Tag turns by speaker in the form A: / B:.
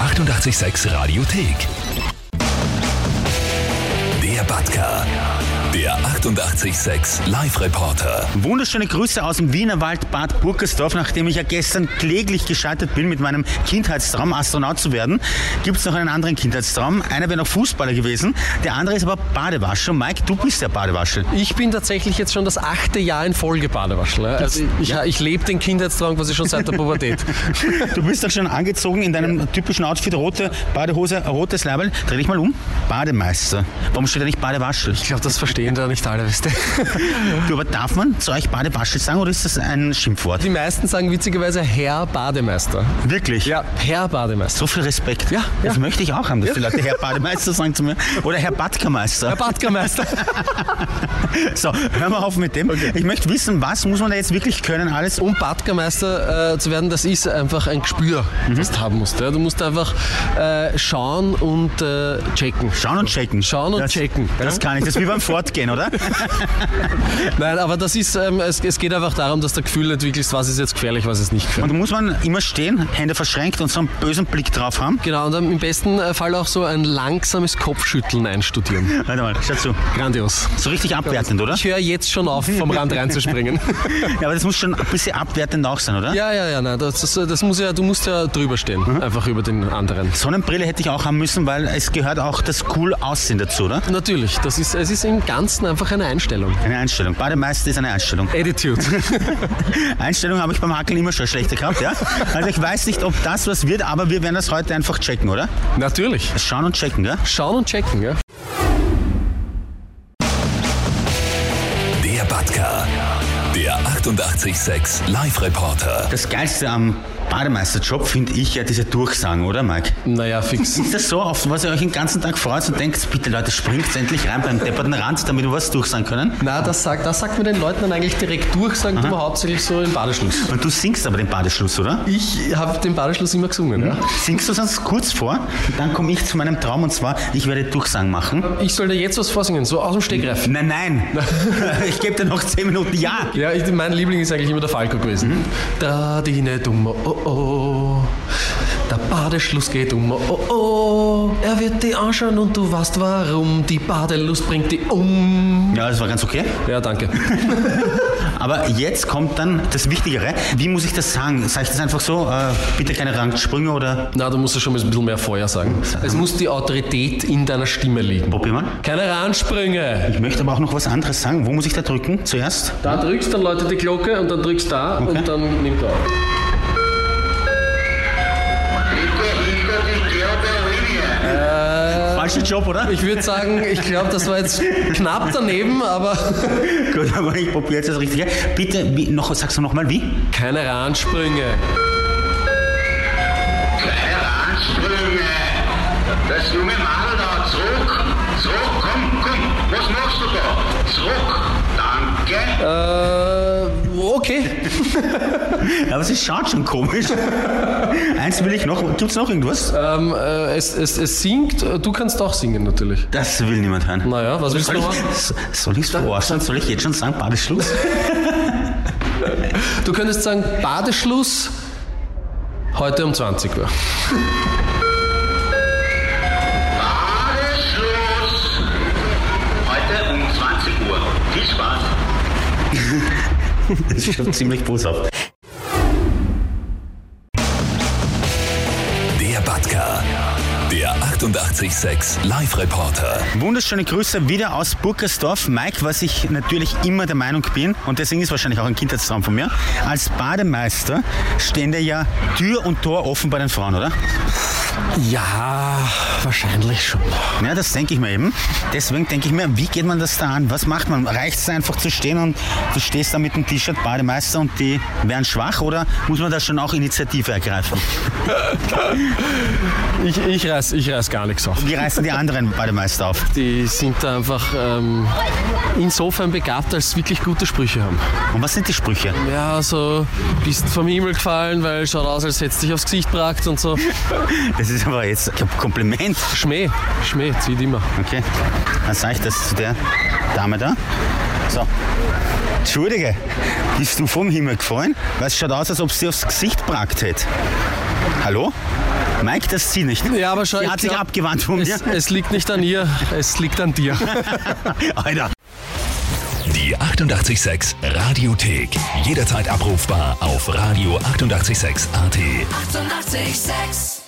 A: 886 Radiothek. Der Batka. Der 886 Live-Reporter.
B: Wunderschöne Grüße aus dem Wienerwald Bad Burgersdorf. Nachdem ich ja gestern kläglich gescheitert bin mit meinem Kindheitstraum, Astronaut zu werden, gibt es noch einen anderen Kindheitstraum. Einer wäre noch Fußballer gewesen, der andere ist aber Badewascher. Mike, du bist der Badewascher.
C: Ich bin tatsächlich jetzt schon das achte Jahr in Folge Badewaschel. ja. Also ich,
B: Ja.
C: ich lebe den Kindheitstraum quasi schon seit der Pubertät.
B: Du bist doch schon angezogen in deinem typischen Outfit, rote Badehose, rotes Label. Dreh dich mal um. Bademeister. Warum steht da nicht Badewaschel?
C: Ich glaube, das verstehen da nicht alle, weißt du.
B: Du, aber darf man zu euch Badewaschel sagen oder ist das ein Schimpfwort?
C: Die meisten sagen witzigerweise Herr Bademeister.
B: Wirklich?
C: Ja, Herr Bademeister.
B: So viel Respekt.
C: Ja,
B: Das
C: ja.
B: möchte ich auch haben, dass die
C: Ja.
B: Leute Herr Bademeister sagen zu mir. Oder Herr Badkermeister.
C: Herr Badgermeister.
B: so, hören wir auf mit dem. Ich möchte wissen, was muss man da jetzt wirklich können alles?
C: um Badgermeister äh, zu werden, das ist einfach ein Gespür, das du haben musst. Ja. Du musst einfach äh, schauen und äh, checken.
B: Schauen und checken.
C: Schauen und
B: das,
C: checken,
B: Das
C: ja.
B: kann ich. Das ist wie beim Fortgehen, oder?
C: Nein, aber das ist, ähm, es, es geht einfach darum, dass du Gefühl entwickelst, was ist jetzt gefährlich, was ist nicht gefährlich.
B: Und da muss man immer stehen, Hände verschränkt und so einen bösen Blick drauf haben.
C: Genau, und dann im besten Fall auch so ein langsames Kopfschütteln einstudieren.
B: Warte mal, schau zu.
C: Grandios.
B: So richtig abwertend, oder?
C: Ich höre jetzt schon auf, vom Rand reinzuspringen.
B: Ja, aber das muss schon ein bisschen abwertend auch sein, oder?
C: ja, ja, ja, nein, das, das, das muss ja, du musst ja drüber stehen, einfach über den anderen.
B: Sonnenbrille hätte ich auch haben müssen, weil es gehört auch das cool Aussehen dazu, oder?
C: Natürlich, das ist, es ist im Ganzen einfach eine Einstellung.
B: Eine Einstellung. Bademeister ist eine Einstellung.
C: Attitude.
B: Einstellung habe ich beim Hackeln immer schon schlechter gehabt, ja? Also ich weiß nicht, ob das was wird, aber wir werden das heute einfach checken, oder?
C: Natürlich.
B: Das Schauen und checken, gell?
C: Schauen und checken, ja?
A: Der Batka. Der 886 Live-Reporter.
B: Das Geilste am Bademeisterjob finde ich ja diese Durchsagen, oder Mike?
C: Naja, fix.
B: Ist das so oft, was ihr euch den ganzen Tag freut und denkt, bitte Leute, springt endlich rein beim depperten Rand, damit wir was durchsagen können?
C: Na, das sagt, das sagt man den Leuten dann eigentlich direkt durch, sagen wir hauptsächlich so im Badeschluss.
B: Und du singst aber den Badeschluss, oder?
C: Ich habe den Badeschluss immer gesungen, ja?
B: Singst du sonst kurz vor und dann komme ich zu meinem Traum und zwar, ich werde Durchsagen machen.
C: Ich soll dir jetzt was vorsingen, so aus dem Stegreif.
B: Nein, nein, ich gebe dir noch 10 Minuten Ja.
C: Ja, ich, mein Liebling ist eigentlich immer der Falco gewesen. Da dine dumme oh oh, der Badeschluss geht um oh oh. Er wird die anschauen und du weißt warum, die Badelust bringt die um.
B: Ja, das war ganz okay.
C: Ja, danke.
B: Aber jetzt kommt dann das Wichtigere. Wie muss ich das sagen? Sage ich das einfach so, äh, bitte keine Rangsprünge oder...
C: Na, du musst es schon mal ein bisschen mehr Feuer sagen. Es muss die Autorität in deiner Stimme liegen.
B: Probier mal.
C: Keine Ransprünge!
B: Ich möchte aber auch noch was anderes sagen. Wo muss ich da drücken zuerst?
C: Da drückst dann Leute die Glocke und dann drückst da und dann nimmt er auf.
B: Falscher Job, oder?
C: Äh, Ich würde sagen, ich glaube, das war jetzt knapp daneben, aber.
B: Gut, aber ich probiere jetzt das Richtige. Bitte, wie, noch, sagst du nochmal, wie?
C: Keine Ransprünge.
D: Keine Ansprünge. Das junge Madel da, zurück. Zurück, komm, komm. Was machst du da? Zurück. Danke.
C: Äh, okay.
B: Aber es ist- schaut schon komisch. Eins will ich noch. Gibt's noch irgendwas?
C: Ähm, äh, es, es, es singt, du kannst auch singen natürlich.
B: Das will niemand hören.
C: Naja, was willst du
B: Soll
C: machen?
B: ich soll ich's verarschen? Soll ich jetzt schon sagen, Badeschluss?
C: Du könntest sagen, Badeschluss heute um 20 Uhr.
D: Badeschluss. Heute um 20 Uhr. Viel Spaß.
B: Das stimmt ziemlich boshaft.
A: Der Batka. Der 886 Live-Reporter.
B: Wunderschöne Grüße wieder aus Burgersdorf. Mike, was ich natürlich immer der Meinung bin, und deswegen ist wahrscheinlich auch ein Kindheitstraum von mir, als Bademeister stehen dir ja Tür und Tor offen bei den Frauen, oder?
C: Ja, wahrscheinlich schon.
B: Ja, das denke ich mir eben. Deswegen denke ich mir, wie geht man das da an? Was macht man? Reicht es einfach zu stehen und du stehst da mit dem T-Shirt Bademeister und die werden schwach oder muss man da schon auch Initiative ergreifen?
C: Ich, ich, reiß, ich reiß gar nichts auf.
B: Wie reißen die anderen Bademeister auf?
C: Die sind da einfach ähm, insofern begabt, als sie wirklich gute Sprüche haben.
B: Und was sind die Sprüche?
C: Ja, so, bist vom Himmel gefallen, weil schaut aus, als hättest dich aufs Gesicht gebracht und so.
B: Das ist aber jetzt ein Kompliment.
C: Schmäh, Schmäh, zieht immer.
B: Okay, dann sage ich das zu der Dame da. So. Entschuldige, bist du vom Himmel gefallen? Weil es schaut aus, als ob sie aufs Gesicht bragt hätte. Hallo? Mike, das sie nicht.
C: Ja, aber schau,
B: Die
C: ich
B: hat sich
C: glaub,
B: abgewandt von mir.
C: Es, es liegt nicht an ihr, es liegt an dir.
B: Alter.
A: Die 886 Radiothek. Jederzeit abrufbar auf radio886.at. 886!
E: 886